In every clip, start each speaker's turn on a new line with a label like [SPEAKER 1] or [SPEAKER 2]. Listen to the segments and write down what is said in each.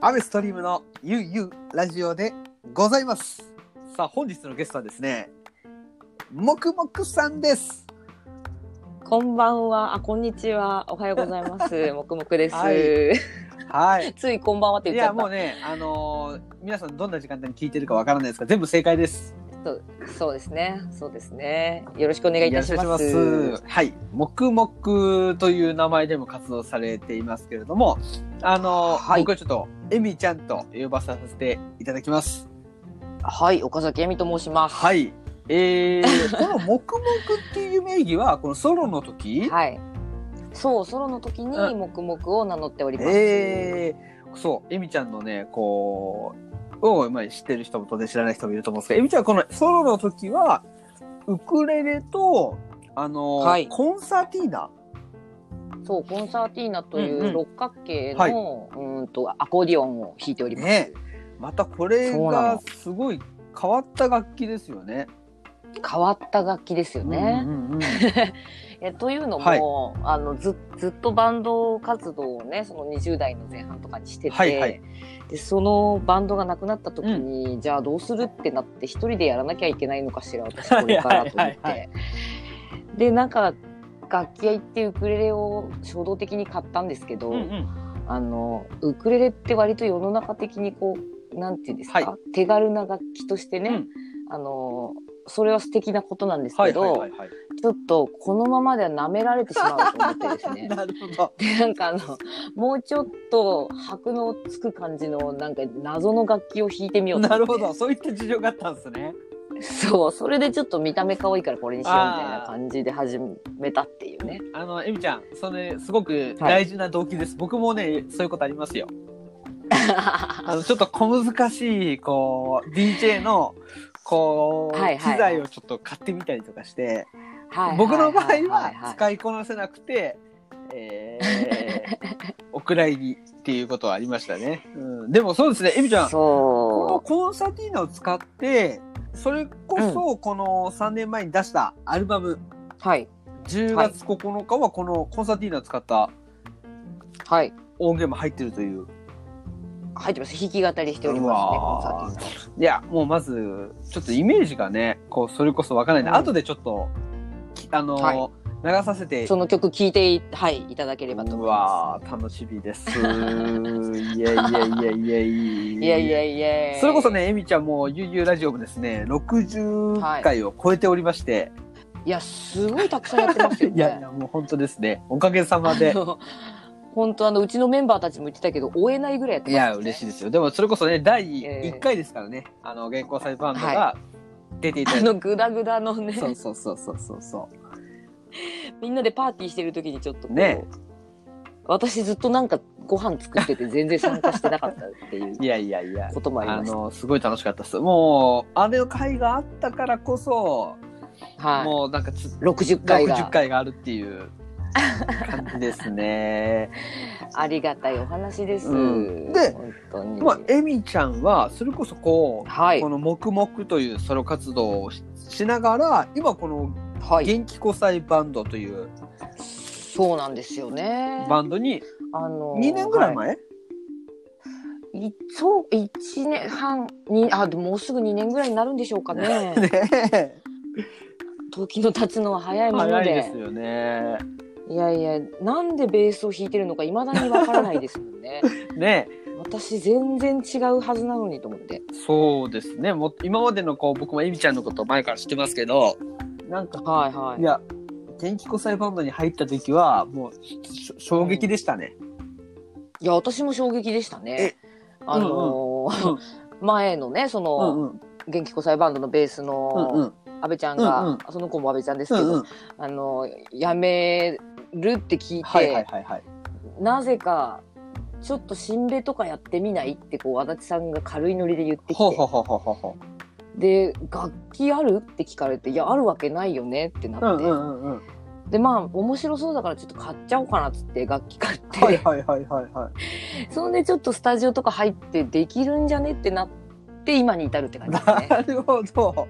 [SPEAKER 1] アメストリームのゆうゆうラジオでございます。さあ、本日のゲストはですね、もくもくさんです。
[SPEAKER 2] こんばんは、あ、こんにちは、おはようございます。 もくもくです。
[SPEAKER 1] は はい。
[SPEAKER 2] ついこんばんはって
[SPEAKER 1] い
[SPEAKER 2] 言っち
[SPEAKER 1] や、
[SPEAKER 2] ゃっ
[SPEAKER 1] もう
[SPEAKER 2] た。
[SPEAKER 1] ね、あのー皆さんどんな時間帯に聞いてるかわからないですが、全部正解です。
[SPEAKER 2] そうそうですね、そうですね。よろしくお願いいたします。
[SPEAKER 1] よろしくお願いしますはい。もくもくという名前でも活動されていますけれども、あのー
[SPEAKER 2] はい
[SPEAKER 1] 僕はちょっと、エミちゃんと呼ばさせていただきます。
[SPEAKER 2] はい、岡崎恵美と申します。
[SPEAKER 1] はい。え ー、このもくもくっていう名義は、このソロの時、
[SPEAKER 2] はい。そう、ソロの時
[SPEAKER 1] う
[SPEAKER 2] にもくもくを名乗っております。
[SPEAKER 1] えー、そう、エミちゃんのね、こう、を、まあ、知ってる人も当然知らない人もいると思うんですけど、エミちゃんはこのソロの時は、ウクレレと、あの、
[SPEAKER 2] はい
[SPEAKER 1] コンサーティーナ。
[SPEAKER 2] そう、コンサーティーナとい
[SPEAKER 1] うんうん
[SPEAKER 2] う六角形の、うーんとアコーディオンを弾いております。
[SPEAKER 1] ねまたこれ
[SPEAKER 2] そうな
[SPEAKER 1] が
[SPEAKER 2] の
[SPEAKER 1] すごい変わった楽器ですよね。
[SPEAKER 2] 変わった楽器ですよね。
[SPEAKER 1] うんうんうん
[SPEAKER 2] えというの
[SPEAKER 1] はい
[SPEAKER 2] も、あのずずっとバンド活動をねその20代の前半とかにしてて、
[SPEAKER 1] はいはい
[SPEAKER 2] でそのバンドがなくなった時に、じゃあどうするってなって一人でやらなきゃいけないのかしら私これからと思って。
[SPEAKER 1] はいはいはい
[SPEAKER 2] でなんか楽器屋行ってウクレレを衝動的に買ったんですけど、
[SPEAKER 1] うんうん
[SPEAKER 2] あのウクレレって割と世の中的にこうなんていうんですか、
[SPEAKER 1] は
[SPEAKER 2] 手軽な楽器としてね、
[SPEAKER 1] うん
[SPEAKER 2] あのそれは素敵なことなんです
[SPEAKER 1] は
[SPEAKER 2] け
[SPEAKER 1] い
[SPEAKER 2] ど。
[SPEAKER 1] はいはいはい。。
[SPEAKER 2] ちょっとこのままでは舐められてしまうと思ってです ね
[SPEAKER 1] なるほど。
[SPEAKER 2] でなんかあのもうちょっと白のつく感じのなんか謎の楽器を弾いてみようと
[SPEAKER 1] な
[SPEAKER 2] 思
[SPEAKER 1] る
[SPEAKER 2] って
[SPEAKER 1] ほど。そういった事情があったんですね。
[SPEAKER 2] そうそれでちょっと見た目可愛いからこれにしようみたいな感じで始めたっていうね
[SPEAKER 1] あの、エミちゃん、それ、すごく大事な動機です。僕もね、そういうことあり ますよ。あの、ちょっと小難しい、こう、DJ の、こう、
[SPEAKER 2] はいはいはい
[SPEAKER 1] 機材をちょっと買ってみたりとかして、
[SPEAKER 2] はい
[SPEAKER 1] 僕の場合
[SPEAKER 2] い
[SPEAKER 1] はい使いこなせなくて、えー、 お蔵入りっていうことはありましたね。うん、でもそうですね、エミちゃん、この
[SPEAKER 2] そ
[SPEAKER 1] コンサーティーナを使って、それこそこの3年前に出したアルバム、
[SPEAKER 2] うはい
[SPEAKER 1] 10月9日はこのコンサーティーナを使った
[SPEAKER 2] はい
[SPEAKER 1] 音源も入ってるという。
[SPEAKER 2] 入ってます弾き語りしておりま
[SPEAKER 1] う
[SPEAKER 2] すねコ
[SPEAKER 1] わ
[SPEAKER 2] ン
[SPEAKER 1] ー
[SPEAKER 2] サーティー
[SPEAKER 1] いや、もうまず、ちょっとイメージがね、こう、それこそわかんないんで、
[SPEAKER 2] うん
[SPEAKER 1] 後でちょっと、きあのー流させて
[SPEAKER 2] ナその曲聴いてい,、はい、いただければと
[SPEAKER 1] う
[SPEAKER 2] 思いま
[SPEAKER 1] わー楽しみ です。いやいやいやいやい
[SPEAKER 2] すいやいやいや
[SPEAKER 1] それこそね、えみちゃんも、ゆうゆうラジオもですね、60回を超えておりまして、
[SPEAKER 2] いやすごいたくさんやってます よ
[SPEAKER 1] い、
[SPEAKER 2] ね
[SPEAKER 1] やいや、もう本当ですね、おかげさま で
[SPEAKER 2] あ。の本当あのうちのメンバーたちも言ってたけど追えないぐらいやって
[SPEAKER 1] い
[SPEAKER 2] ました、ね、
[SPEAKER 1] や、嬉しいですよ。でも、それこそね、第
[SPEAKER 2] ええ
[SPEAKER 1] 1回ですからね、あの、原稿祭バンドが
[SPEAKER 2] は
[SPEAKER 1] 出ていただ
[SPEAKER 2] あ
[SPEAKER 1] いて、
[SPEAKER 2] のグダグダのね
[SPEAKER 1] そうそうそうそうそうそう。
[SPEAKER 2] みんなでパーティーしてる時にちょっとこう
[SPEAKER 1] ね
[SPEAKER 2] 私ずっとなんかご飯作ってて全然参加してなかったっ ていう
[SPEAKER 1] いやいやいや、
[SPEAKER 2] こともあり
[SPEAKER 1] あ
[SPEAKER 2] まし
[SPEAKER 1] の、すごい楽しかったです。もう、あれの会があったからこそ、
[SPEAKER 2] たは
[SPEAKER 1] もうなんかつ、
[SPEAKER 2] い60回が
[SPEAKER 1] 60回があるっていう感じです ね。
[SPEAKER 2] ありがたいお話です、
[SPEAKER 1] うんで
[SPEAKER 2] 本当に、
[SPEAKER 1] まあ、エミちゃんは、それこそこう、
[SPEAKER 2] はい
[SPEAKER 1] この黙々というソロ活動をししながら、今この
[SPEAKER 2] はい
[SPEAKER 1] 元気交際バンドという
[SPEAKER 2] そうなんですよね
[SPEAKER 1] バンドに
[SPEAKER 2] あの
[SPEAKER 1] 2年ぐらい前、
[SPEAKER 2] はいいそう1年半にあでももうすぐ2年ぐらいになるんでしょうかね
[SPEAKER 1] ね
[SPEAKER 2] 時の経つのは早いもの
[SPEAKER 1] 早いですよね。
[SPEAKER 2] いやいや、なんでベースを弾いてるのか、いまだにわからないですもんね。
[SPEAKER 1] ね
[SPEAKER 2] 私、全然違うはずなのにと思って。
[SPEAKER 1] そうですね。もう今までのこう、僕もエミちゃんのことを前から知ってますけど、なんか
[SPEAKER 2] はいはいい。
[SPEAKER 1] や、元気交際バンドに入った時は、もう、し衝撃でしたね。
[SPEAKER 2] いや、私も衝撃でしたね。あのー
[SPEAKER 1] うん
[SPEAKER 2] 前のね、その、
[SPEAKER 1] うん。
[SPEAKER 2] 元気交際バンドのベース
[SPEAKER 1] うんう
[SPEAKER 2] の
[SPEAKER 1] ん。
[SPEAKER 2] 安倍ちゃんが、
[SPEAKER 1] うんうん
[SPEAKER 2] その子も安倍ちゃんです
[SPEAKER 1] う
[SPEAKER 2] けど、
[SPEAKER 1] んうん。
[SPEAKER 2] あのー辞めるって聞いて、
[SPEAKER 1] はいはいはいはい。
[SPEAKER 2] なぜか、ちょっとしんべとかやってみないって、こう、足立さんが軽いノリで言ってきて。
[SPEAKER 1] ほうほうほうほうほうほ
[SPEAKER 2] で、楽器あるって聞かれて、いや、あるわけないよねってな
[SPEAKER 1] う。うん
[SPEAKER 2] って。
[SPEAKER 1] うんうんうん。
[SPEAKER 2] でまあ面白そうだからちょっと買っちゃおうかなっつって楽器買って、
[SPEAKER 1] はいはいはいはいは
[SPEAKER 2] そんでちょっとスタジオとか入ってできるんじゃねってなって今に至るって感じです
[SPEAKER 1] い。
[SPEAKER 2] ね
[SPEAKER 1] なるほど。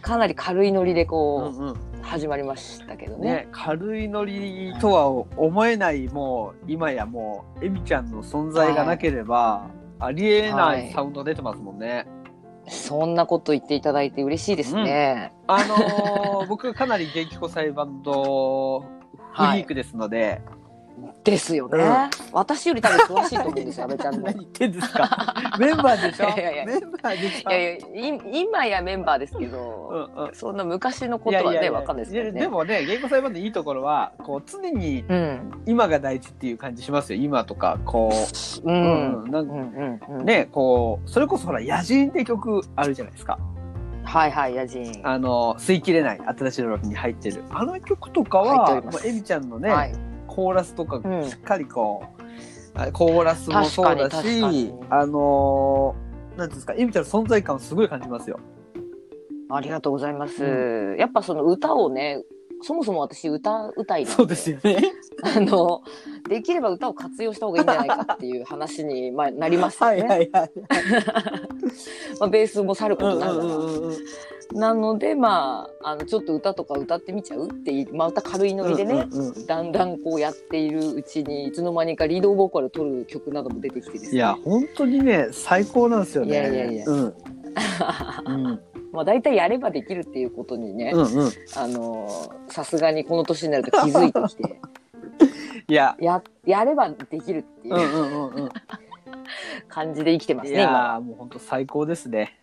[SPEAKER 2] かなり軽いノリで
[SPEAKER 1] うん
[SPEAKER 2] こ
[SPEAKER 1] うん。
[SPEAKER 2] う、始まりましたけどね
[SPEAKER 1] ね、軽いノリとは思えない、もう、今やもう、エミちゃんの存在がなければ、ありえな
[SPEAKER 2] はい
[SPEAKER 1] いサウンド出てますもんね。
[SPEAKER 2] そんなこと言っていただいて嬉しいですね、
[SPEAKER 1] あのー僕はかなり元気こサイバンドフリークですので、
[SPEAKER 2] ですよね、
[SPEAKER 1] うん
[SPEAKER 2] 私より多分詳しいと思うんです よ阿部ちゃんの
[SPEAKER 1] 何言ってんです かメンバーでしょ
[SPEAKER 2] いやいやいや
[SPEAKER 1] メンバーでしょ
[SPEAKER 2] いやいやい今やメンバーですけ
[SPEAKER 1] う
[SPEAKER 2] ど、
[SPEAKER 1] んうん
[SPEAKER 2] そんな昔のことはねわかんないですけ
[SPEAKER 1] いや
[SPEAKER 2] どね
[SPEAKER 1] でもね言語裁判のいいところはこう常に
[SPEAKER 2] うん
[SPEAKER 1] 今が大事っていう感じしますよ今とかこ
[SPEAKER 2] う
[SPEAKER 1] う、うんんなん
[SPEAKER 2] う
[SPEAKER 1] か
[SPEAKER 2] んうんうん、
[SPEAKER 1] ねこうそれこそほら「野人」って曲あるじゃないですか
[SPEAKER 2] はいはい野人
[SPEAKER 1] あの吸い切れない新しいロックに入ってるあの曲とか
[SPEAKER 2] 入ってお
[SPEAKER 1] は
[SPEAKER 2] ります
[SPEAKER 1] もうエミちゃんのね、
[SPEAKER 2] はい、
[SPEAKER 1] コーラスとか
[SPEAKER 2] うん
[SPEAKER 1] しっかりこう、あコーラスもそうだ
[SPEAKER 2] 確かに確か
[SPEAKER 1] し
[SPEAKER 2] に
[SPEAKER 1] あのーなんていうんですかエミちゃんの存在感をすごい感じ ますよ。
[SPEAKER 2] ありがとうございます、やっぱその歌をねそもそも私歌歌いなん
[SPEAKER 1] そうですよね。
[SPEAKER 2] あのできれば歌を活用した方がいいんじゃないかっていう話に、 まあ、なります よ
[SPEAKER 1] は
[SPEAKER 2] ね、
[SPEAKER 1] いはいはい。
[SPEAKER 2] まあ、ベースもさるこ
[SPEAKER 1] うん
[SPEAKER 2] と
[SPEAKER 1] う
[SPEAKER 2] ながら、
[SPEAKER 1] んうんうん。
[SPEAKER 2] なのでまああのちょっと歌とか歌ってみちゃうっていうまた軽いノリでね、
[SPEAKER 1] うんうんうん
[SPEAKER 2] だんだんこうやっているうちにいつの間にかリードボーカルを取る曲なども出てきてですね
[SPEAKER 1] いや、本当にね、最高なんですよね。
[SPEAKER 2] いやいやいや
[SPEAKER 1] うん。うん。
[SPEAKER 2] まあ大体やればできるっていうことにね、
[SPEAKER 1] うんうん。
[SPEAKER 2] あのーさすがにこの年になると気づいてきて
[SPEAKER 1] いや。
[SPEAKER 2] ややればできるって
[SPEAKER 1] うんう
[SPEAKER 2] いうん
[SPEAKER 1] うん
[SPEAKER 2] 感じで生きてま
[SPEAKER 1] うん。
[SPEAKER 2] す
[SPEAKER 1] い
[SPEAKER 2] ね今
[SPEAKER 1] やー、もう本当最高ですね。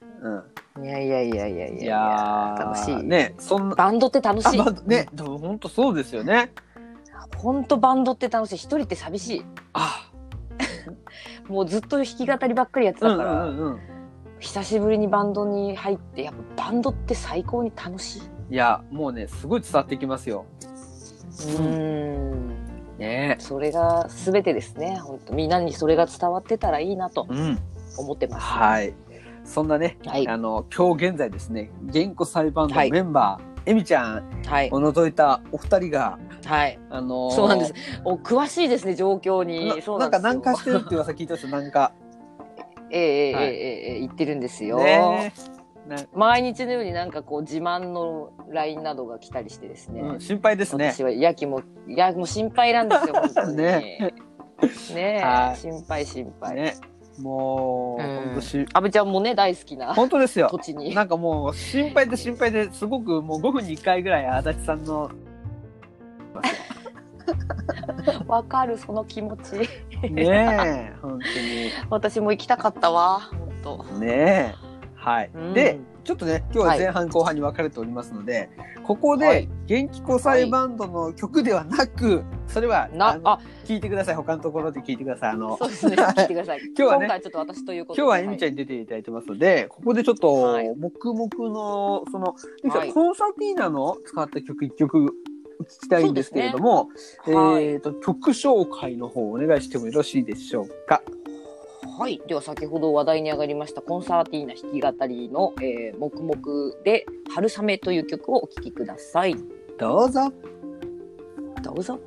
[SPEAKER 1] う
[SPEAKER 2] いやいやいやいやい
[SPEAKER 1] ん。
[SPEAKER 2] や
[SPEAKER 1] いやー
[SPEAKER 2] 楽しい
[SPEAKER 1] ね、そんな。
[SPEAKER 2] バンドって楽し
[SPEAKER 1] あ
[SPEAKER 2] い
[SPEAKER 1] まあ、ね、でも本当そうですよね。
[SPEAKER 2] 本当バンドって楽しい一人って寂しい
[SPEAKER 1] あ、
[SPEAKER 2] もうずっと弾き語りばっかりやっ
[SPEAKER 1] う
[SPEAKER 2] て
[SPEAKER 1] ん
[SPEAKER 2] た
[SPEAKER 1] う
[SPEAKER 2] から、
[SPEAKER 1] んうんうん。
[SPEAKER 2] 久しぶりにバンドに入ってやっぱバンドって最高に楽しい
[SPEAKER 1] いや、もうね、すごい伝わってきますよ。
[SPEAKER 2] う
[SPEAKER 1] うん
[SPEAKER 2] ーん
[SPEAKER 1] ね
[SPEAKER 2] それが全てですね本当みんなにそれが伝わってたらいいなと
[SPEAKER 1] うん。
[SPEAKER 2] 思ってます
[SPEAKER 1] はい。そんなね、
[SPEAKER 2] はい
[SPEAKER 1] あの、今日現在ですね、原稿裁判のメンバー、えみちゃん
[SPEAKER 2] はい
[SPEAKER 1] を除いたお二人が、
[SPEAKER 2] はい
[SPEAKER 1] あのー
[SPEAKER 2] そうなんですお詳しいですね状況にそ
[SPEAKER 1] な
[SPEAKER 2] う
[SPEAKER 1] なん
[SPEAKER 2] で
[SPEAKER 1] か南下
[SPEAKER 2] すよ
[SPEAKER 1] してるって噂聞いてますよ、南下。
[SPEAKER 2] ええええ
[SPEAKER 1] はい
[SPEAKER 2] ええええ言ってるん ですよ、
[SPEAKER 1] ねえね
[SPEAKER 2] 毎日のようになんかこう自慢の LINE などが来たりしてですね、
[SPEAKER 1] うん、心配ですね
[SPEAKER 2] 私。はやきもいやもう心配なんですよ本当 に
[SPEAKER 1] ね
[SPEAKER 2] ねえ
[SPEAKER 1] はい
[SPEAKER 2] 心配心配、
[SPEAKER 1] ね、もう、
[SPEAKER 2] うん
[SPEAKER 1] 本当し、
[SPEAKER 2] 阿部ちゃんもね大好きな
[SPEAKER 1] 本当ですよ
[SPEAKER 2] 土。地に
[SPEAKER 1] なんかもう、心配で心配ですごくもう5分に1回ぐらい足立さんの、
[SPEAKER 2] わかるその気持ち
[SPEAKER 1] ねえ、本当
[SPEAKER 2] 私も行きたかったわ本当
[SPEAKER 1] に。ねえ。はい。で、ちょっとね、今日は前半後半に分かれておりますので、ここ
[SPEAKER 2] は
[SPEAKER 1] で
[SPEAKER 2] い、
[SPEAKER 1] 元気交際バンドの曲ではなく、それは、
[SPEAKER 2] な
[SPEAKER 1] あの
[SPEAKER 2] あ
[SPEAKER 1] 聞いてください。他のところで聞いてください。あの、
[SPEAKER 2] そうですね聞いてください今
[SPEAKER 1] 日はね
[SPEAKER 2] 回ちょっと私という
[SPEAKER 1] 今
[SPEAKER 2] こ
[SPEAKER 1] 日
[SPEAKER 2] とで
[SPEAKER 1] はエミちゃんに出ていただいてますので、ここでちょっと、
[SPEAKER 2] はい
[SPEAKER 1] 黙々の、その、エミちゃん
[SPEAKER 2] はい
[SPEAKER 1] コンサーティーナの使った曲一曲聞きたいんですけれども、
[SPEAKER 2] はい
[SPEAKER 1] えっ、と、曲紹介の方お願いしてもよろしいでしょうか。
[SPEAKER 2] はい、では先ほど話題に上がりましたコンサーティーナ弾き語りの「えー、黙々」で「春雨」という曲をお聴きください。
[SPEAKER 1] どうぞ。
[SPEAKER 2] どうぞ。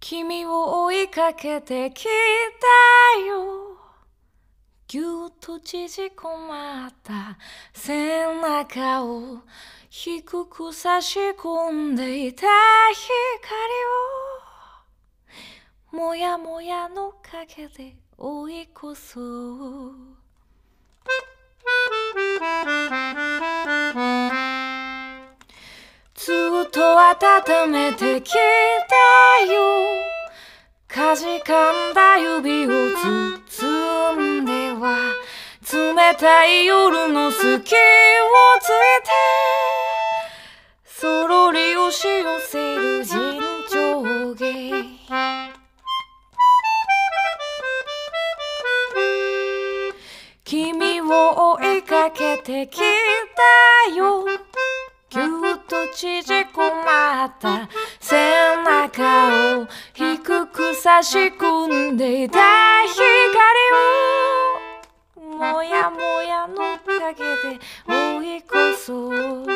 [SPEAKER 3] 君を追いかけてきたよぎゅっと縮こまった背中を低く差し込んでいた光をもやもやの影で追い越そうずっと温めてきたよかじかんだ指を包んでは冷たい夜の隙をついてそろり押し寄せる尋常芸君を追いかけてきたよぎゅっと縮こまった背中を低く差し込んでいた光をもやもやの影で追い越そう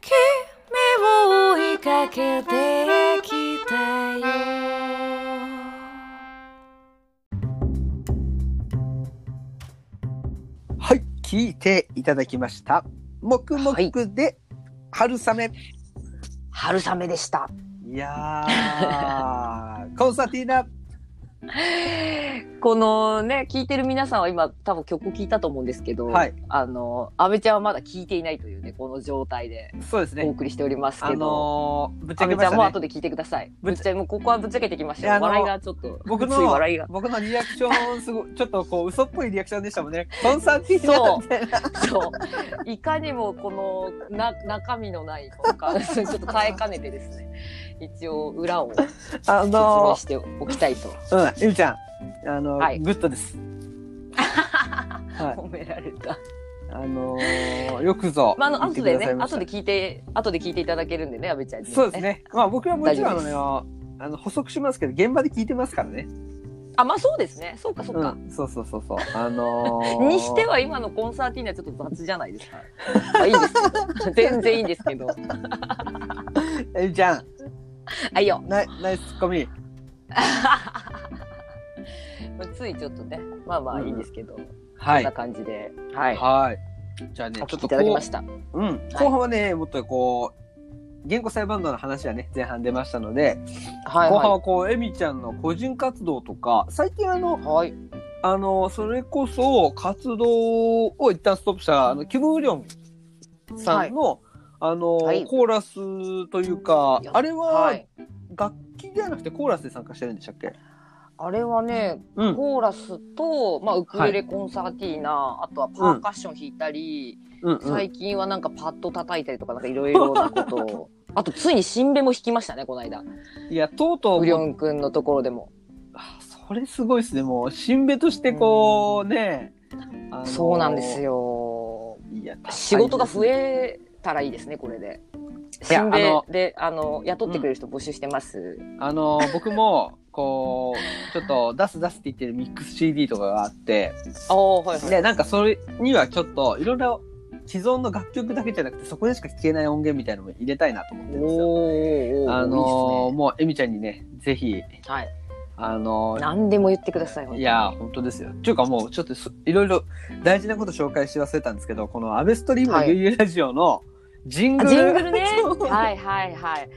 [SPEAKER 3] 君を追いかけてきたよ
[SPEAKER 1] 聞いていただきました。もくも
[SPEAKER 2] はい
[SPEAKER 1] くで春雨。い、
[SPEAKER 2] 春雨でした。
[SPEAKER 1] やー、コンサティーナ、
[SPEAKER 2] このね、聞いてる皆さんは今多分曲聞いたと思うんですけど、
[SPEAKER 1] はい
[SPEAKER 2] あの、阿部ちゃんはまだ聞いていないというね、この状態で
[SPEAKER 1] そうです
[SPEAKER 2] お
[SPEAKER 1] ね。
[SPEAKER 2] 送りしております
[SPEAKER 1] あ
[SPEAKER 2] けど、
[SPEAKER 1] のー、ぶっち
[SPEAKER 2] 阿
[SPEAKER 1] ゃ
[SPEAKER 2] 部
[SPEAKER 1] け
[SPEAKER 2] ち
[SPEAKER 1] ま
[SPEAKER 2] ゃ
[SPEAKER 1] し
[SPEAKER 2] んも
[SPEAKER 1] たね
[SPEAKER 2] 後。で聞いてください。
[SPEAKER 1] ぶ
[SPEAKER 2] ぶ
[SPEAKER 1] っ
[SPEAKER 2] っちゃけもうここはぶっちゃけてきまし
[SPEAKER 1] いや
[SPEAKER 2] た
[SPEAKER 1] あ
[SPEAKER 2] よ。
[SPEAKER 1] の
[SPEAKER 2] 笑いがちょっと、
[SPEAKER 1] 僕の
[SPEAKER 2] つい笑いが。
[SPEAKER 1] 僕のリアクション、すごい、ちょっとこう、嘘っぽいリアクションでしたもんね。コンサティーナみたいな。
[SPEAKER 2] そう。いかにもこのな中身のないこの感想、ちょっと変えか ねてですね、一応裏を説
[SPEAKER 1] あ
[SPEAKER 2] 明
[SPEAKER 1] の
[SPEAKER 2] しておきたいと。
[SPEAKER 1] ー、うん、ゆみちゃん、あのー、
[SPEAKER 2] はい
[SPEAKER 1] グッドです。 はい。
[SPEAKER 2] 褒められた。
[SPEAKER 1] あのー、よくぞ。
[SPEAKER 2] まあ、あの
[SPEAKER 1] 言って
[SPEAKER 2] 後
[SPEAKER 1] くだ
[SPEAKER 2] で
[SPEAKER 1] さ
[SPEAKER 2] ね
[SPEAKER 1] い、ました
[SPEAKER 2] 後で聞いて、後で聞いていただけるんでね、阿部ちゃんに、
[SPEAKER 1] そうです。ね。まあ僕はもちろんあ
[SPEAKER 2] 大
[SPEAKER 1] の
[SPEAKER 2] 丈夫です
[SPEAKER 1] ね、あの補足しますけど、現場で聞いてますからね。
[SPEAKER 2] あ、まあそうですね。そうかそうか。
[SPEAKER 1] ん、そうそうそうそう。あの ー、
[SPEAKER 2] にしては今のコンサーティーナちょっと雑じゃないで すか。まあいいですけど。 全然いいんですけど。
[SPEAKER 1] えゆりちゃん、
[SPEAKER 2] あ、いいよ。
[SPEAKER 1] ナイナイスツッコミ。
[SPEAKER 2] まあついちょっとね、まあまあいいんですけど、
[SPEAKER 1] は。
[SPEAKER 2] こんない感じで、はい。
[SPEAKER 1] はい。じゃあね、
[SPEAKER 2] お
[SPEAKER 1] ちょ
[SPEAKER 2] 聞
[SPEAKER 1] っ
[SPEAKER 2] き
[SPEAKER 1] と
[SPEAKER 2] いただき
[SPEAKER 1] こ
[SPEAKER 2] ました。
[SPEAKER 1] う、うん、後半はね、もっとこう、原稿裁判団の話はね、前半出ましたので、
[SPEAKER 2] はい、
[SPEAKER 1] 後半
[SPEAKER 2] は
[SPEAKER 1] はこう、えみちゃんの個人活動とか、最近あの
[SPEAKER 2] い。、はい。
[SPEAKER 1] あの、それこそ活動を一旦ストップした、あの、キム・ウリョンさんの、あの、
[SPEAKER 2] はい
[SPEAKER 1] コーラスというか
[SPEAKER 2] い、や
[SPEAKER 1] あれは
[SPEAKER 2] はい。
[SPEAKER 1] 楽器ではなくてコーラスで参加してるんでしたっけ
[SPEAKER 2] あれはね、
[SPEAKER 1] うん。
[SPEAKER 2] コーラスと、まあ、ウクレレコンサーティーナ、あとはパーカッション弾いたり、
[SPEAKER 1] うん、うん。
[SPEAKER 2] 最近はなんかパッド叩いたりとかなんかいろいろなことをあとついに新ベも弾きましたねこの間
[SPEAKER 1] いや、とうとう
[SPEAKER 2] ウリョ
[SPEAKER 1] もう、
[SPEAKER 2] ンくんのところでも
[SPEAKER 1] あそれすごいですね。もう、新ベとしてこう、ね、あの
[SPEAKER 2] そうなんです。よ
[SPEAKER 1] いや、大変です
[SPEAKER 2] 仕事が増えたらいいですねこれで
[SPEAKER 1] いや
[SPEAKER 2] 新ベ
[SPEAKER 1] あの
[SPEAKER 2] であの雇ってくれる人募集してます、
[SPEAKER 1] あ の、僕も、こう、ちょっと出す出すって言ってるミックス CD とかがあって、
[SPEAKER 2] ああはいはい
[SPEAKER 1] で、なんかそれにはちょっと、いろんな既存の楽曲だけじゃなくて、そこでしか聴けない音源みたいなのも入れたいなと思ってるんですよ。
[SPEAKER 2] おお
[SPEAKER 1] あの
[SPEAKER 2] いい
[SPEAKER 1] もう、えみちゃんにね、ぜひ、
[SPEAKER 2] ですねはい
[SPEAKER 1] あの
[SPEAKER 2] 何でも言ってください本当に
[SPEAKER 1] いやー、本当ですよ。っていうかもう、ちょっとすいろいろ大事なこと紹介し忘れたんですけど、このアベストリームの
[SPEAKER 2] はい
[SPEAKER 1] ゆうゆうラジオのジングル。。
[SPEAKER 2] あジングルね
[SPEAKER 1] そう
[SPEAKER 2] はいはいはい。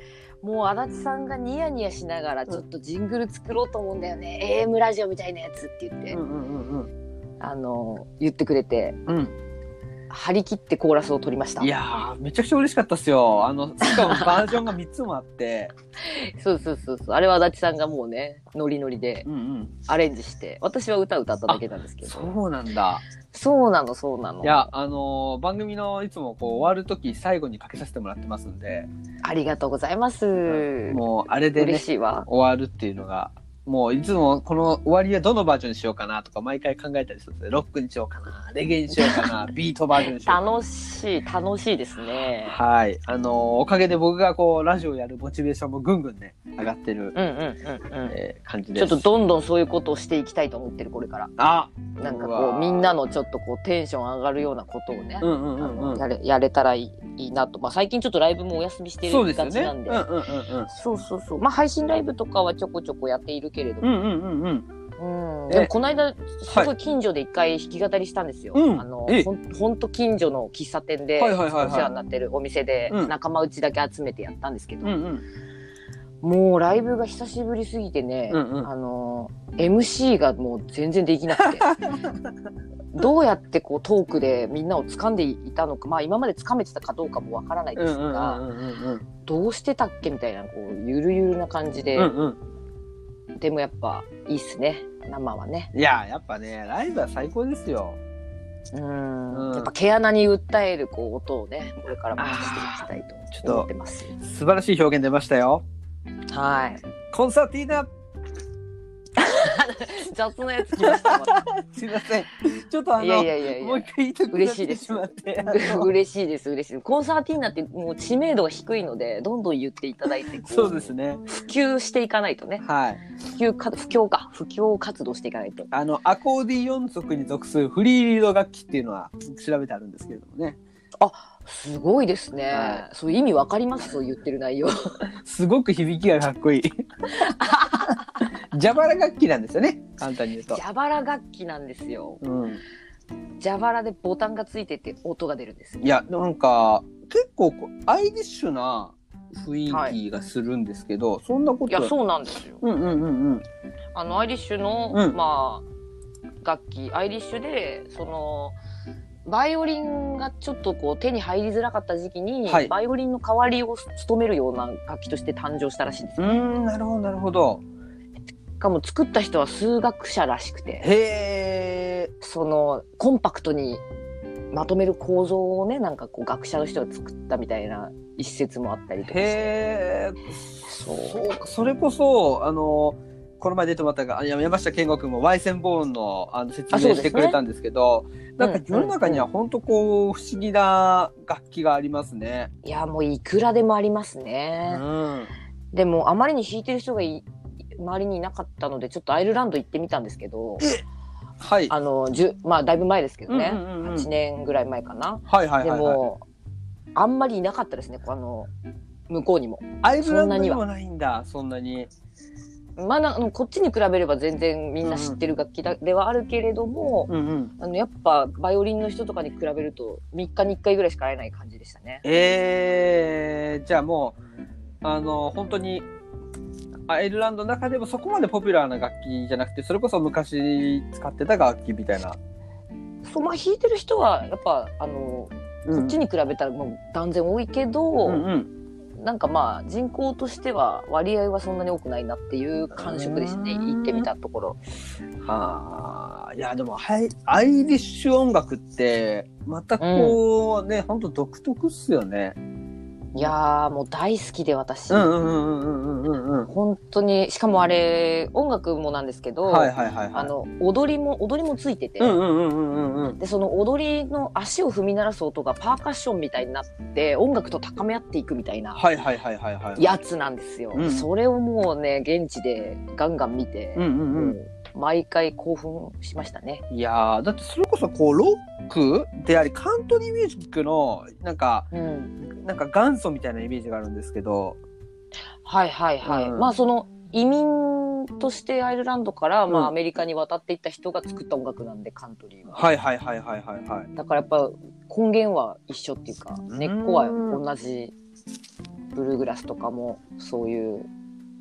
[SPEAKER 2] もう足立さんがニヤニヤしながらちょっとジングル作ろうと思うんだよね。AM ラジオみたいなやつって言って、
[SPEAKER 1] うんうんうん
[SPEAKER 2] あの言ってくれて
[SPEAKER 1] うん。うん。
[SPEAKER 2] 張り切ってコーラスを取りました
[SPEAKER 1] い。やー、めちゃくちゃ嬉しかったですよ。あの、しかもバージョンが3つもあって。
[SPEAKER 2] そうそうそうそう。あれは足立さんがもうねノリノリで
[SPEAKER 1] うんうん。
[SPEAKER 2] アレンジして、私は歌歌っただけなんですけど。そう
[SPEAKER 1] そうなんだ。
[SPEAKER 2] なのそうなの
[SPEAKER 1] い。や、あのー番組のいつもこう終わるとき最後にかけさせてもらってますんで、
[SPEAKER 2] ありがとうございます。
[SPEAKER 1] もうあれでね
[SPEAKER 2] 嬉、しいわ。
[SPEAKER 1] 終わるっていうのが、もういつもこの終わりはどのバージョンにしようかなとか毎回考えたりするんですよロックにしようかな、レゲエにしようか な、ビートバージョンにしようかな。
[SPEAKER 2] 楽しい楽しいですね。
[SPEAKER 1] はい。あのーおかげで僕がこう、ラジオやるモチベーションもぐんぐんね、上がってる、
[SPEAKER 2] うんうんうんうん。
[SPEAKER 1] えー感じで
[SPEAKER 2] ちょ
[SPEAKER 1] す。
[SPEAKER 2] っとどんどんそういうことをしていきたいと思ってるこれから。
[SPEAKER 1] あ
[SPEAKER 2] なんか
[SPEAKER 1] う
[SPEAKER 2] こ
[SPEAKER 1] わー
[SPEAKER 2] うみんなのちょっとこうテンション上がるようなことをね、
[SPEAKER 1] うんうんう
[SPEAKER 2] あ
[SPEAKER 1] んう
[SPEAKER 2] の
[SPEAKER 1] ん。
[SPEAKER 2] やれやれたらいいいいなと、まあ、最近ちょっとライブもお休みして
[SPEAKER 1] そうで
[SPEAKER 2] る
[SPEAKER 1] すよ
[SPEAKER 2] がち
[SPEAKER 1] ね。
[SPEAKER 2] な
[SPEAKER 1] うん
[SPEAKER 2] ん
[SPEAKER 1] うん
[SPEAKER 2] で
[SPEAKER 1] うん
[SPEAKER 2] そうそうそうまあ配信ライブとかはちょこちょこやっているけれど
[SPEAKER 1] うん。う
[SPEAKER 2] も、
[SPEAKER 1] んうんうんうん。
[SPEAKER 2] うん
[SPEAKER 1] え
[SPEAKER 2] でもこの間すごい近所で一回弾き語りしたんですよ、
[SPEAKER 1] うん
[SPEAKER 2] あの
[SPEAKER 1] え
[SPEAKER 2] ほんほんと近所の喫茶店で
[SPEAKER 1] はい
[SPEAKER 2] お
[SPEAKER 1] はいはいはい
[SPEAKER 2] 世話になってるお店で
[SPEAKER 1] うん
[SPEAKER 2] 仲間内だけ集めてやったんですけど、
[SPEAKER 1] うんうん。
[SPEAKER 2] もうライブが久しぶりすぎてね、
[SPEAKER 1] うんうん
[SPEAKER 2] あの MC がもう全然でき なくてどうやってこうトークでみんなを掴んでいたのかまあ今まで掴めてたかどうかもわからない
[SPEAKER 1] うん
[SPEAKER 2] です
[SPEAKER 1] うんう
[SPEAKER 2] が、
[SPEAKER 1] んうんうんうん。
[SPEAKER 2] どうしてたっけみたいなこうゆるゆるな感じで、
[SPEAKER 1] うんうん。
[SPEAKER 2] でもやっぱいいっすね生はね
[SPEAKER 1] いや、やっぱね、ライブは最高ですよ。
[SPEAKER 2] うん
[SPEAKER 1] うん
[SPEAKER 2] やっぱ毛穴に訴えるこう音をねこれからもしていきた
[SPEAKER 1] ちょっ
[SPEAKER 2] い
[SPEAKER 1] と
[SPEAKER 2] と思ってます
[SPEAKER 1] 素晴らしい表現出ましたよ。
[SPEAKER 2] はい
[SPEAKER 1] コンサーティーナ、
[SPEAKER 2] 雑なやつ来ましたまた
[SPEAKER 1] すいません。ちょっとあの、
[SPEAKER 2] いやいやいやいや
[SPEAKER 1] もう一回言いたくなってしまって。あの
[SPEAKER 2] 嬉しいです嬉しいですコンサーティーナってもう知名度が低いのでどんどん言っていただいてこ
[SPEAKER 1] そうですね。
[SPEAKER 2] 普及していかないとね
[SPEAKER 1] はい。
[SPEAKER 2] 普及か普及か普及活動していかないと
[SPEAKER 1] あの、アコーディオン族に属するフリーリード楽器っていうのは調べてあるんですけれどもね。
[SPEAKER 2] すごいですね、
[SPEAKER 1] は
[SPEAKER 2] そういう意味わかりますそう言ってる内容
[SPEAKER 1] すごく響きがかっ こいい。蛇腹楽器なんですよね、簡単に言うと。
[SPEAKER 2] 蛇腹楽器なんですよ
[SPEAKER 1] うん、
[SPEAKER 2] 蛇腹でボタンがついてて音が出るんですよ
[SPEAKER 1] いや、なんか、結構こう、アイディッシュな雰囲気がするんですけど、そんなこ
[SPEAKER 2] い
[SPEAKER 1] と
[SPEAKER 2] や
[SPEAKER 1] は
[SPEAKER 2] そうなんですよ
[SPEAKER 1] うんうんうんうん。
[SPEAKER 2] あのアイリッシュの、
[SPEAKER 1] うん
[SPEAKER 2] まあ楽器アイリッシュでそのバイオリンがちょっとこう手に入りづらかった時期に、
[SPEAKER 1] はい
[SPEAKER 2] バイオリンの代わりを務めるような楽器として誕生したらしいんです
[SPEAKER 1] う
[SPEAKER 2] よ。
[SPEAKER 1] ーん、なるほど、なるほど。
[SPEAKER 2] しかも作った人は数学者らしくて
[SPEAKER 1] へえ。
[SPEAKER 2] そのコンパクトにまとめる構造をねなんかこう学者の人が作ったみたいな一節もあったりとかして
[SPEAKER 1] へえ。
[SPEAKER 2] そう
[SPEAKER 1] そうか、それこそ、あの、この前出てもらったがあや山下健吾君もワイセンボーンのあの説
[SPEAKER 2] あそう
[SPEAKER 1] 明
[SPEAKER 2] です
[SPEAKER 1] し
[SPEAKER 2] ね
[SPEAKER 1] てくれたんですけど、なんか
[SPEAKER 2] うん
[SPEAKER 1] 世の中には本当こう不思議な楽器がありますね。
[SPEAKER 2] いやもういくらでもあります
[SPEAKER 1] う
[SPEAKER 2] ね。
[SPEAKER 1] ん。
[SPEAKER 2] でもあまりに弾いてる人がい周りにいなかったのでちょっとアイルランド行ってみたんですけど
[SPEAKER 1] はい。
[SPEAKER 2] あのじゅまあだいぶ前ですけどね、
[SPEAKER 1] うんうんうんうん
[SPEAKER 2] 8年ぐらい前かな、
[SPEAKER 1] はいはいはい、
[SPEAKER 2] で
[SPEAKER 1] はい。
[SPEAKER 2] もあんまりいなかったですねこうあの向こうにも
[SPEAKER 1] アイルラ
[SPEAKER 2] そん
[SPEAKER 1] ン
[SPEAKER 2] な
[SPEAKER 1] ド
[SPEAKER 2] に
[SPEAKER 1] に
[SPEAKER 2] は
[SPEAKER 1] もないんだ、そんなに。
[SPEAKER 2] まあなあのこっちに比べれば全然みんな知ってる楽器だ、ではあるけれども、
[SPEAKER 1] うんうん。
[SPEAKER 2] あのやっぱバイオリンの人とかに比べると3日に1回ぐらいしか会えない感じでしたね
[SPEAKER 1] えー、じゃあもう、あの、本当に、アイルランドの中でもそこまでポピュラーな楽器じゃなくて、それこそ昔使ってた楽器みたいな。
[SPEAKER 2] そうまあ弾いてる人はやっぱあの
[SPEAKER 1] うん
[SPEAKER 2] こっちに比べたらもう断然多いけど、
[SPEAKER 1] うんうん
[SPEAKER 2] なんかまあ人口としては割合はそんなに多くないなっていう感触でしたね
[SPEAKER 1] うん
[SPEAKER 2] 行ってみたところ
[SPEAKER 1] はあ。いや、でも、はい、アイリッシュ音楽って、またこう、ね、本当独特っすよね。
[SPEAKER 2] いやーもう大好きで私、
[SPEAKER 1] うんうんうんうんうんうんうん。
[SPEAKER 2] 本当にしかもあれ音楽もなんですけど、
[SPEAKER 1] はいはいはいはい。
[SPEAKER 2] あ、の踊りも踊りもついてて、
[SPEAKER 1] うんうんうんうんうんうん。
[SPEAKER 2] でその踊りの足を踏み鳴らす音がパーカッションみたいになって音楽と高め合っていくみたいな
[SPEAKER 1] はいはいはいはいはい。、
[SPEAKER 2] やつなんですよ、
[SPEAKER 1] うん
[SPEAKER 2] それをもうね現地でガンガン見て、
[SPEAKER 1] うんうんうん。
[SPEAKER 2] もう毎回興奮しましたね
[SPEAKER 1] いやーだってそれこそこうロックでありカントリーミュージックのなんか
[SPEAKER 2] うん
[SPEAKER 1] なんか元祖みたいなイメージがあるんですけど
[SPEAKER 2] はいはいはい、
[SPEAKER 1] うん
[SPEAKER 2] まあその移民としてアイルランドから、ま
[SPEAKER 1] うん
[SPEAKER 2] あ、アメリカに渡っていった人が作った音楽なんでカントリーは、
[SPEAKER 1] はいはいはいはいはいはい
[SPEAKER 2] だからやっぱ根源は一緒っていうか
[SPEAKER 1] ん
[SPEAKER 2] 根っこは同じブルーグラスとかもそういう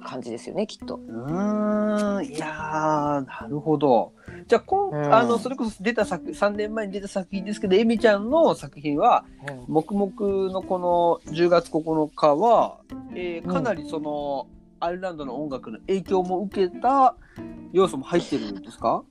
[SPEAKER 2] 感じですよねきっと。
[SPEAKER 1] うーんいやーなるほどじゃあ今、
[SPEAKER 2] うん
[SPEAKER 1] あのそれこそ出た作3年前に出た作品ですけどエミちゃんの作品は「黙々」のこの10月9日は、えー
[SPEAKER 2] うん
[SPEAKER 1] かなりその、アイルランドの音楽の影響も受けた要素も入ってるんですか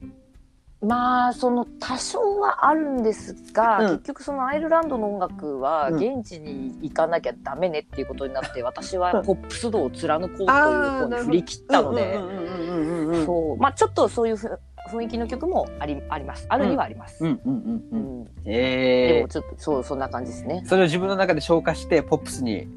[SPEAKER 2] まあその多少はあるんですが、
[SPEAKER 1] うん
[SPEAKER 2] 結局そのアイルランドの音楽は
[SPEAKER 1] うん
[SPEAKER 2] 現地に行かなきゃダメねっていうことにな って、私はポップス道を貫こうという
[SPEAKER 1] あ
[SPEAKER 2] 方
[SPEAKER 1] ーなるほど
[SPEAKER 2] に振り切ったので。
[SPEAKER 1] うんうんうんうんうんうんうん
[SPEAKER 2] そうまあちょっとそういうふ雰囲気の曲もありありますあるにはあります、
[SPEAKER 1] う
[SPEAKER 2] うん
[SPEAKER 1] んうんうんうん
[SPEAKER 2] で
[SPEAKER 1] え
[SPEAKER 2] もちょっとそうそんな感じですね
[SPEAKER 1] ー、それを自分の中で消化してポップスに。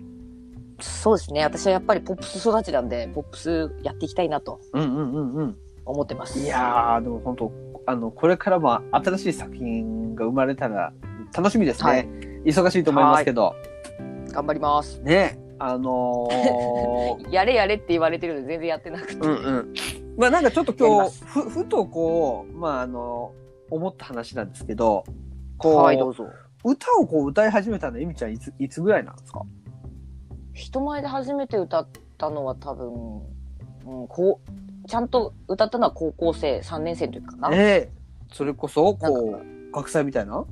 [SPEAKER 2] そうですね私はやっぱりポップス育ちなんでポップスやっていきたいなと
[SPEAKER 1] うんうんうんうん。
[SPEAKER 2] 思ってます
[SPEAKER 1] いやー、でも本当、あの、これからも新しい作品が生まれたら楽しみですね。
[SPEAKER 2] はい
[SPEAKER 1] 忙しいと思いますけど。
[SPEAKER 2] 頑張ります
[SPEAKER 1] ね。あの ー
[SPEAKER 2] やれやれって言われてるので全然やってなくて、
[SPEAKER 1] うんうん。まあなんかちょっと
[SPEAKER 2] やり
[SPEAKER 1] 今
[SPEAKER 2] ま
[SPEAKER 1] 日、ふ、ふとこう、まああの、思った話なんですけど、こう、
[SPEAKER 2] はいどうぞ
[SPEAKER 1] 歌をこう歌い始めたの、えみちゃんいつ、いつぐらいなんですか
[SPEAKER 2] 人前で初めて歌ったのは多分、うん、こうちゃんと歌ったのは高校生3年生の時かな
[SPEAKER 1] ええそれこそ、
[SPEAKER 2] な
[SPEAKER 1] こう、学祭みたいな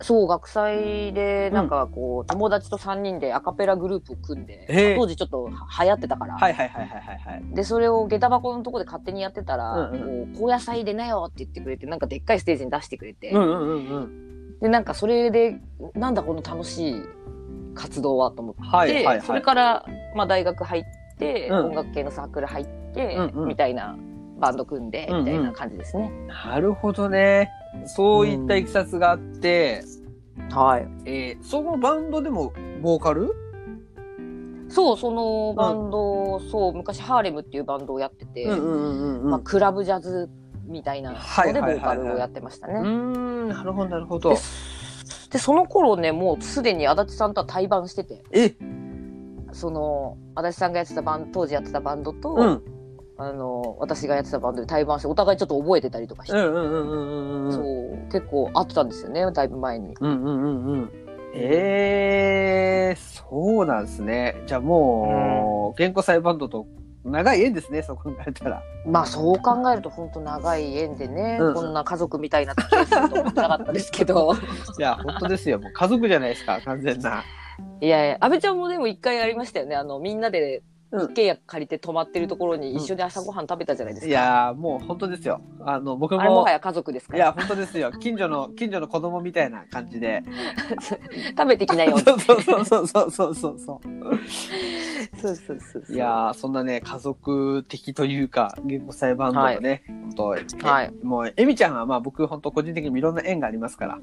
[SPEAKER 2] そう学祭でなんかこう、友達と3人でアカペラグループを組んで、
[SPEAKER 1] ええ
[SPEAKER 2] 当時ちょっと流行ってたから、
[SPEAKER 1] はいはいはいはいはいはい。
[SPEAKER 2] でそれを下駄箱のとこで勝手にやってたら
[SPEAKER 1] うん
[SPEAKER 2] 「こう高野菜出なよ」って言ってくれてなんかでっかいステージに出してくれて、
[SPEAKER 1] うんうんうんうん。
[SPEAKER 2] でなんかそれでなんだこの楽しい活動はと思って、
[SPEAKER 1] はいはいはい。
[SPEAKER 2] それから、まあ、大学入って、
[SPEAKER 1] うん
[SPEAKER 2] 音楽系のサークル入って、
[SPEAKER 1] うんうん
[SPEAKER 2] みたいなバンド組んで、
[SPEAKER 1] うんうん
[SPEAKER 2] みたいな感じですね。
[SPEAKER 1] なるほどね。そういったいきさつがあって、
[SPEAKER 2] はい、
[SPEAKER 1] えーそのバンドでもボーカル
[SPEAKER 2] そうそのバンド、そう昔ハーレムっていうバンドをやってて、
[SPEAKER 1] うんうん
[SPEAKER 2] まあ、クラブジャズみたいな
[SPEAKER 1] はい
[SPEAKER 2] のでボ
[SPEAKER 1] はいはいは
[SPEAKER 2] ーカ
[SPEAKER 1] い
[SPEAKER 2] ルをやってましたね。
[SPEAKER 1] うーん、なるほど、なるほ
[SPEAKER 2] で
[SPEAKER 1] ど。
[SPEAKER 2] でその頃ねもうすでに足立さんとは対バンしてて
[SPEAKER 1] え、
[SPEAKER 2] その足立さんがやってたバン当時やってたバンドと、
[SPEAKER 1] うん。
[SPEAKER 2] あの私がやってたバンドで対バンしてお互いちょっと覚えてたりとかし
[SPEAKER 1] う
[SPEAKER 2] て、
[SPEAKER 1] んうんうんうんうんうん。
[SPEAKER 2] そう結構あったんですよねだいぶ前に
[SPEAKER 1] うんうんうんうん。ええそうなんですね。じゃあもう、原稿裁判とと長い縁ですね、そう考えたら。
[SPEAKER 2] まあそう考えると本当長い縁でね、
[SPEAKER 1] うん
[SPEAKER 2] こんな家族みたいな付き合いすると思ってなかったですけど
[SPEAKER 1] いや、本当ですよ。もう家族じゃないですか、完全 な。
[SPEAKER 2] いやいや阿部ちゃんもでも一回ありましたよねあのみんなで
[SPEAKER 1] うん
[SPEAKER 2] 一軒家借りて泊まってるところに一緒に朝ごはん食べたじゃないです
[SPEAKER 1] い
[SPEAKER 2] か、
[SPEAKER 1] やー、もう本当ですよ。あの、僕
[SPEAKER 2] あれも
[SPEAKER 1] も
[SPEAKER 2] は、や家族ですか
[SPEAKER 1] い
[SPEAKER 2] ら
[SPEAKER 1] や、本当ですよ。近所の、近所の子供みたいな感じで。
[SPEAKER 2] 食べてき なよって
[SPEAKER 1] そうそうそうそうそうそうそ
[SPEAKER 2] そうそうそう
[SPEAKER 1] う。
[SPEAKER 2] そう
[SPEAKER 1] いやー、そんなね、家族的というか、原稿裁判とね、本当、
[SPEAKER 2] はい
[SPEAKER 1] もう、エミちゃんはまあ僕、本当個人的にもいろんな縁がありますから。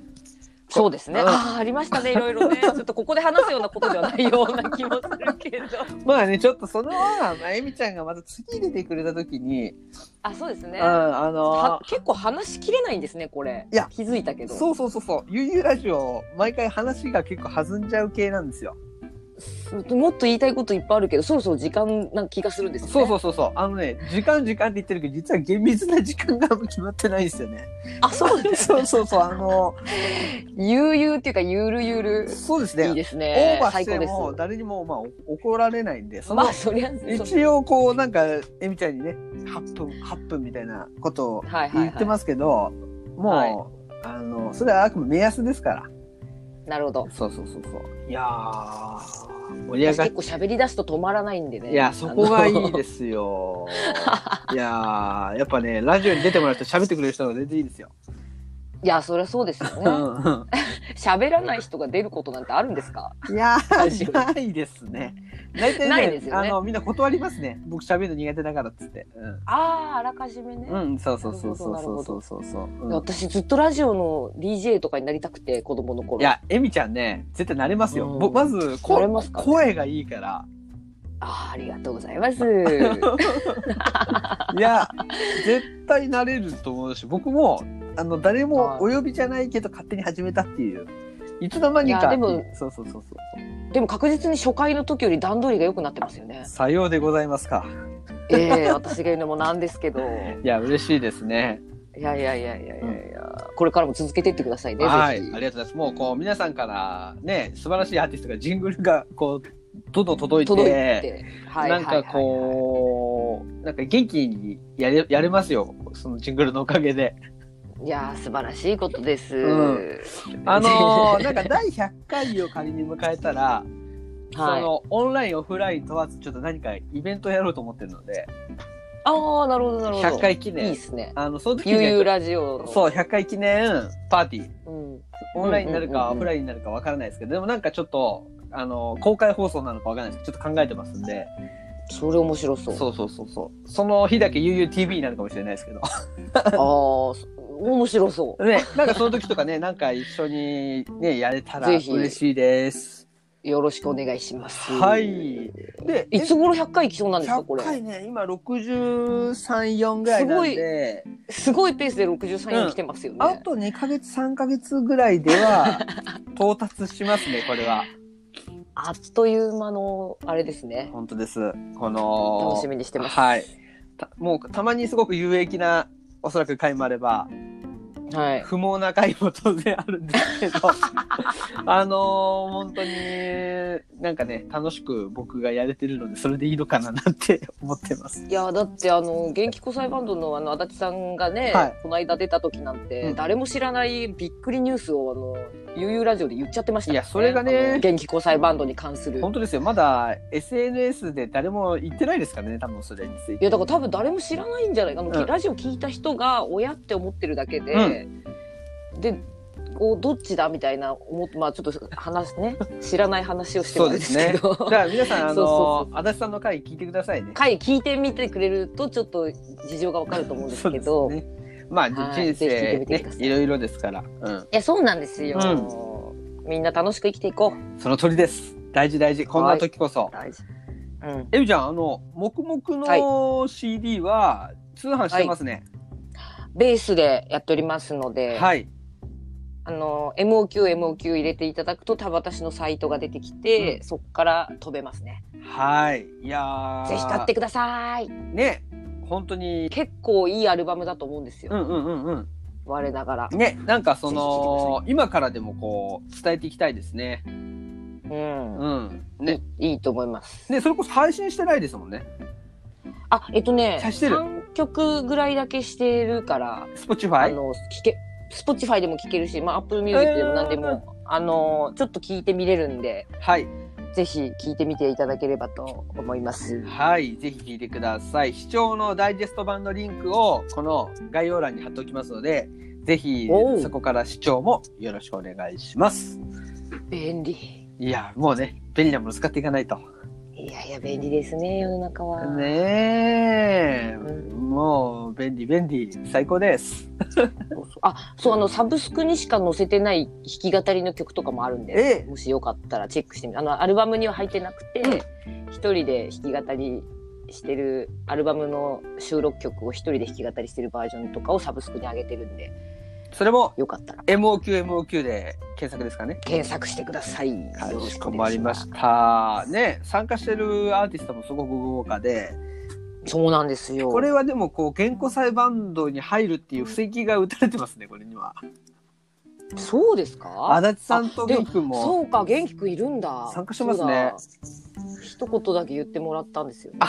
[SPEAKER 2] そうですね
[SPEAKER 1] うん
[SPEAKER 2] ああありましたねいろいろねちょっとここで話すようなことではないような気もするけど
[SPEAKER 1] ま あね、ちょっとその、まあ、えみちゃんがまた次出てくれた時に、
[SPEAKER 2] あそうですね
[SPEAKER 1] うん、あの
[SPEAKER 2] は結構話しきれないんですねこれ
[SPEAKER 1] いや
[SPEAKER 2] 気づいたけど
[SPEAKER 1] そうそうそうそう、ゆうゆうラジオ、毎回話が結構弾んじゃう系なんですよ。
[SPEAKER 2] もっと言いたいこといっぱいあるけどそろそろ時間な気がするんですよね
[SPEAKER 1] そうそうそうそう、あのね、時間時間って言ってるけど、実は厳密な時間があんま決まってないんですよね。
[SPEAKER 2] あそうです
[SPEAKER 1] そうそうそう、あの、
[SPEAKER 2] 悠々っていうかゆるゆる
[SPEAKER 1] そうです
[SPEAKER 2] いい
[SPEAKER 1] ね。
[SPEAKER 2] ですね
[SPEAKER 1] オーバー
[SPEAKER 2] 最
[SPEAKER 1] して
[SPEAKER 2] 高です
[SPEAKER 1] も誰にもまあお怒られないんで、その
[SPEAKER 2] まあそりゃそう
[SPEAKER 1] 一応こうなんかえみちゃんにね8分8分みたいなことを
[SPEAKER 2] はいはいはい
[SPEAKER 1] 言ってますけど、もう、あのそれはあくまで目安ですから
[SPEAKER 2] なるほど
[SPEAKER 1] そうそうそうそういやー盛り上
[SPEAKER 2] 私
[SPEAKER 1] がっ
[SPEAKER 2] 結構喋り出すと止まらないんでね
[SPEAKER 1] いやそこがいい ですすよいやーやっぱねラジオに出てもらうと喋ってくれる人が全然いいですよ、
[SPEAKER 2] いやそりゃそうですよ
[SPEAKER 1] う
[SPEAKER 2] ね
[SPEAKER 1] んうん
[SPEAKER 2] 喋らない人が出ることなんてあるんですか
[SPEAKER 1] いや
[SPEAKER 2] 確
[SPEAKER 1] ーないですね大体ね
[SPEAKER 2] ないですよね
[SPEAKER 1] あのみんな断りますね僕喋るの苦手だからっつって
[SPEAKER 2] あああらかじめね、
[SPEAKER 1] うん、うん、そうそうそうそう
[SPEAKER 2] なる
[SPEAKER 1] そ
[SPEAKER 2] ほ
[SPEAKER 1] うそ
[SPEAKER 2] ど
[SPEAKER 1] うそうそううん
[SPEAKER 2] 私ずっとラジオの DJ とかになりたくて子供の頃
[SPEAKER 1] いや、エミちゃんね、絶対慣れますよ。
[SPEAKER 2] うん
[SPEAKER 1] ぼまずこ
[SPEAKER 2] 慣れますかね
[SPEAKER 1] 声がいいから。
[SPEAKER 2] あーありがとうございます
[SPEAKER 1] いや、絶対慣れると思うし、僕も、あの、誰もお呼びじゃないけど勝手に始めたっていう。いつの間に
[SPEAKER 2] いや
[SPEAKER 1] か。
[SPEAKER 2] でも
[SPEAKER 1] そうそうそうそう。
[SPEAKER 2] でも確実に初回の時より段取りが良くなってますよね
[SPEAKER 1] さようでございますか。
[SPEAKER 2] ええ私が言うのもなんですけど
[SPEAKER 1] いや、嬉しいですね。
[SPEAKER 2] いやいやいやいやいやいや、これからも続けていってくださいね、
[SPEAKER 1] はい。あ
[SPEAKER 2] ぜ
[SPEAKER 1] りがとうございます。もう、こう、皆さんからね、素晴らしいアーティストがジングルが、こう、どんどん届
[SPEAKER 2] ひ
[SPEAKER 1] いて。
[SPEAKER 2] 届いて、はい
[SPEAKER 1] なんかこう、なんか元気にやれやれますよ。そのジングルのおかげで。
[SPEAKER 2] ういやー素晴らしいことです、
[SPEAKER 1] うんあのーなんか第100回を仮に迎えたら、
[SPEAKER 2] はい
[SPEAKER 1] そのオンラインオフライン問わずちょっと何かイベントをやろうと思ってるので
[SPEAKER 2] ああなるほどなるほど
[SPEAKER 1] 100回記
[SPEAKER 2] いい
[SPEAKER 1] 念
[SPEAKER 2] ですね
[SPEAKER 1] あのその時に
[SPEAKER 2] ゆう
[SPEAKER 1] ね
[SPEAKER 2] ゆうラジオの
[SPEAKER 1] そう100回記念パーティー
[SPEAKER 2] うん、
[SPEAKER 1] オンラインになる
[SPEAKER 2] うんうんうん
[SPEAKER 1] か
[SPEAKER 2] うん
[SPEAKER 1] オフラインになるかわからないですけどでもなんかちょっとあの公開放送なのかわからないですけどちょっと考えてますんで
[SPEAKER 2] それ面白そう
[SPEAKER 1] そうそうそうそうその日だけ UUTV になるかもしれないですけど
[SPEAKER 2] ああ面白そ
[SPEAKER 1] ねなんかその時とかねなんか一緒にねやれたら
[SPEAKER 2] ぜひ
[SPEAKER 1] 嬉しいです
[SPEAKER 2] うよろしくお願いします
[SPEAKER 1] はいで
[SPEAKER 2] いつ頃100回行きそうなんですかこ
[SPEAKER 1] 100
[SPEAKER 2] れ
[SPEAKER 1] 回ね今634ぐらいなんです
[SPEAKER 2] ごいペースで63に来てますよね、
[SPEAKER 1] あと2ヶ月3ヶ月ぐらいで は到達しますねこれは
[SPEAKER 2] あっという間のあれですね
[SPEAKER 1] 本当ですこの
[SPEAKER 2] 楽しみにしてます
[SPEAKER 1] はいたもうたまにすごく有益なおそらく回もあれば
[SPEAKER 2] はい
[SPEAKER 1] 不毛な回も当然あるんですけど あのー本当になんかね楽しく僕がやれてるのでそれでいいのかななんて 思ってます
[SPEAKER 2] いやだってあの元気交際バンドのあの足立さんがね、
[SPEAKER 1] はい
[SPEAKER 2] この間出た時なん
[SPEAKER 1] う
[SPEAKER 2] て、
[SPEAKER 1] ん
[SPEAKER 2] 誰も知らないびっくりニュースをあの悠々ラジオで言っちゃってましたか
[SPEAKER 1] い
[SPEAKER 2] ら
[SPEAKER 1] やそれがね
[SPEAKER 2] あの元気交際バンドに関するい
[SPEAKER 1] 本当ですよまだ SNS で誰も言ってないですからね多分それについて
[SPEAKER 2] やだから多分誰も知らないんじゃないかあの、
[SPEAKER 1] うん
[SPEAKER 2] ラジオ聞いた人が親って思ってるだけで、でこうどっちだみたいな思ってまあちょっと話ね 知らない話をしてるんですけど
[SPEAKER 1] だから皆さん、あ
[SPEAKER 2] そう
[SPEAKER 1] の
[SPEAKER 2] そ、
[SPEAKER 1] 足立さんの回聞いてくださいね。
[SPEAKER 2] 回聞いてみてくれるとちょっと事情がわかると思うんですけど
[SPEAKER 1] そうですねまあ、
[SPEAKER 2] はい
[SPEAKER 1] 人
[SPEAKER 2] ぜひ聞いて
[SPEAKER 1] 生、
[SPEAKER 2] みて
[SPEAKER 1] ね
[SPEAKER 2] くださ、い
[SPEAKER 1] いろいろですから。うん。
[SPEAKER 2] いやそうなんですよ、みんな楽しく生きていこう
[SPEAKER 1] その通りです。大事大事。こんな時こそ。
[SPEAKER 2] 大事うん
[SPEAKER 1] えみちゃん、あの、黙々の CD は通販してますね。
[SPEAKER 2] ベースでやっておりますので、
[SPEAKER 1] はい。
[SPEAKER 2] あの MOQMOQ 入れていただくと多分私のサイトが出てきて、
[SPEAKER 1] う
[SPEAKER 2] そこから飛べますね
[SPEAKER 1] はい。いやー
[SPEAKER 2] ぜひ買ってください
[SPEAKER 1] ね。本当に、
[SPEAKER 2] 結構いいアルバムだと思うんですよ、
[SPEAKER 1] うんうんうんうん。
[SPEAKER 2] 我ながら、
[SPEAKER 1] ね、なんかそ
[SPEAKER 2] ぜひ聞いてくだ
[SPEAKER 1] の、今からでもこう、伝えていきたいですね。
[SPEAKER 2] うん
[SPEAKER 1] うん。ね。
[SPEAKER 2] いいいと思います
[SPEAKER 1] ね、それこそ配信してないですもんね。
[SPEAKER 2] あえっとね
[SPEAKER 1] あしてる
[SPEAKER 2] 3曲ぐらいだけしてるから、あ
[SPEAKER 1] Spotify?
[SPEAKER 2] の聞け Spotify でも聴けるし、まあ、Apple Music でも何でも、あのちょっと聞いてみれるんで
[SPEAKER 1] はい。
[SPEAKER 2] ぜひ聞いてみていただければと思います。
[SPEAKER 1] はい。ぜひ聞いてください。視聴のダイジェスト版のリンクを、この概要欄に貼っておきますので、ぜひ
[SPEAKER 2] おう、
[SPEAKER 1] そこから視聴もよろしくお願いします。
[SPEAKER 2] 便利。
[SPEAKER 1] いや、もうね、便利なもの使っていかないと。
[SPEAKER 2] いやいや、便利ですね、世の中は。
[SPEAKER 1] ねえ、
[SPEAKER 2] う
[SPEAKER 1] もう、便利、便利、最高です。
[SPEAKER 2] そうそうあ、そう、あの、サブスクにしか載せてない弾き語りの曲とかもあるんで
[SPEAKER 1] え、え
[SPEAKER 2] もしよかったらチェックしてみて、あの、アルバムには入ってなくて、一、人で弾き語りしてる、アルバムの収録曲を一人で弾き語りしてるバージョンとかをサブスクに上げてるんで、
[SPEAKER 1] それも、
[SPEAKER 2] よかったら
[SPEAKER 1] MOQ、MOQ で検索ですかね。
[SPEAKER 2] 検索してください。
[SPEAKER 1] か
[SPEAKER 2] よろ
[SPEAKER 1] し
[SPEAKER 2] し
[SPEAKER 1] こ
[SPEAKER 2] くお
[SPEAKER 1] ま
[SPEAKER 2] 願い
[SPEAKER 1] り
[SPEAKER 2] し
[SPEAKER 1] ま
[SPEAKER 2] ま
[SPEAKER 1] し
[SPEAKER 2] す。
[SPEAKER 1] た。ね、参加してるアーティストもすごく豪華で、
[SPEAKER 2] そうなんですよ。
[SPEAKER 1] これはでも、こう、原稿裁バンドに入るっていう布石が打たれてますね、これには。
[SPEAKER 2] そうですか
[SPEAKER 1] 足立さんと元気くん
[SPEAKER 2] そ
[SPEAKER 1] も、
[SPEAKER 2] うか、元気くんいるんだ。
[SPEAKER 1] 参加しますね
[SPEAKER 2] そうだ。一言だけ言ってもらったんですよね。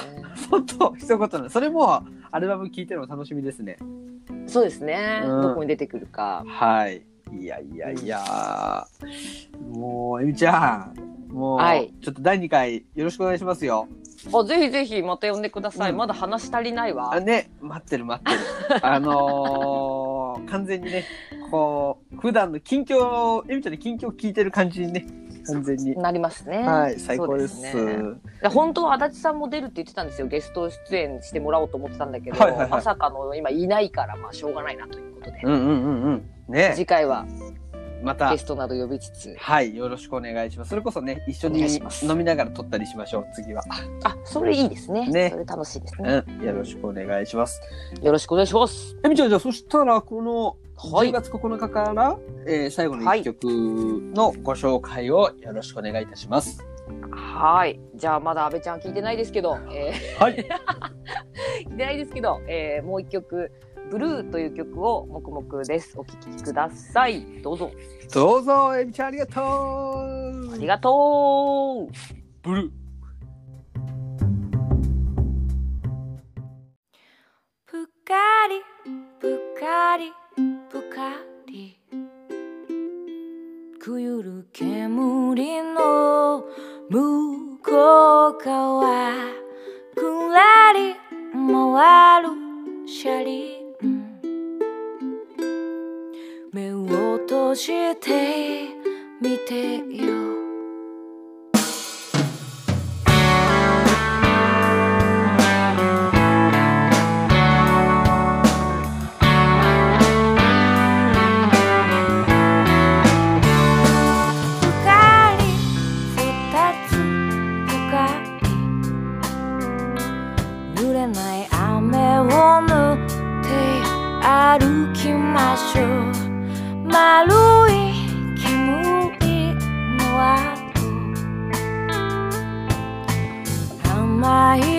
[SPEAKER 1] 本当、一言なの。それも、アルバム聴いての楽しみですね。
[SPEAKER 2] そうですね、
[SPEAKER 1] うん
[SPEAKER 2] どこに出てくるか。
[SPEAKER 1] はい。いやいやいや、もう、えみちゃん、もう、
[SPEAKER 2] はい
[SPEAKER 1] ちょっと第2回、よろしくお願いしますよ。
[SPEAKER 2] あ、ぜひぜひまた呼んでください。
[SPEAKER 1] うん
[SPEAKER 2] まだ話足りない
[SPEAKER 1] あ
[SPEAKER 2] わ。
[SPEAKER 1] ね、待ってる待ってる。 あのー、完全にね、こう、普段の近況を、エミちゃんの近況を聞いてる感じにね、完全に。
[SPEAKER 2] なりますね。
[SPEAKER 1] はい、最高です。
[SPEAKER 2] そうですねで本当は足立さんも出るって言ってたんですよ。ゲスト出演してもらおうと思ってたんだけど、
[SPEAKER 1] はいはいはい
[SPEAKER 2] まさかの今いないから、まあしょうがないなということで。
[SPEAKER 1] うんうんうんうん。ね、
[SPEAKER 2] 次回は
[SPEAKER 1] また
[SPEAKER 2] ゲ、ストなど呼びつつ、
[SPEAKER 1] はい、よろしくお願いします。それこそね、一緒
[SPEAKER 2] お
[SPEAKER 1] に
[SPEAKER 2] 願いします
[SPEAKER 1] 飲みながら撮ったりしましょう、次は。
[SPEAKER 2] あ、それいいですね。
[SPEAKER 1] ね
[SPEAKER 2] それ楽しいですね。
[SPEAKER 1] うん、よろしくお願いします。
[SPEAKER 2] よろしくお願いします。
[SPEAKER 1] エミちゃん、じゃあ、そしたら、この、
[SPEAKER 2] はい
[SPEAKER 1] 10月9日から、えー最後の一曲のご紹介をよろしくお願いいたします。
[SPEAKER 2] はい。じゃあまだ安倍ちゃん聞いてないですけど、えー
[SPEAKER 1] はい。
[SPEAKER 2] 聞いてないですけど、えーもう一曲「ブルー」という曲を黙々ですお聴きくださいどうぞ
[SPEAKER 1] どうぞ、エミちゃん、ありがとう
[SPEAKER 2] ありがとう
[SPEAKER 1] ブルー。
[SPEAKER 3] ぷかりぷかりぷかりくゆる煙の向こう側くらり回る車輪目を閉じてみてよ「ふかりふたつふかり」「濡れない雨をぬって歩きましょう」「丸い煙のあと」「甘い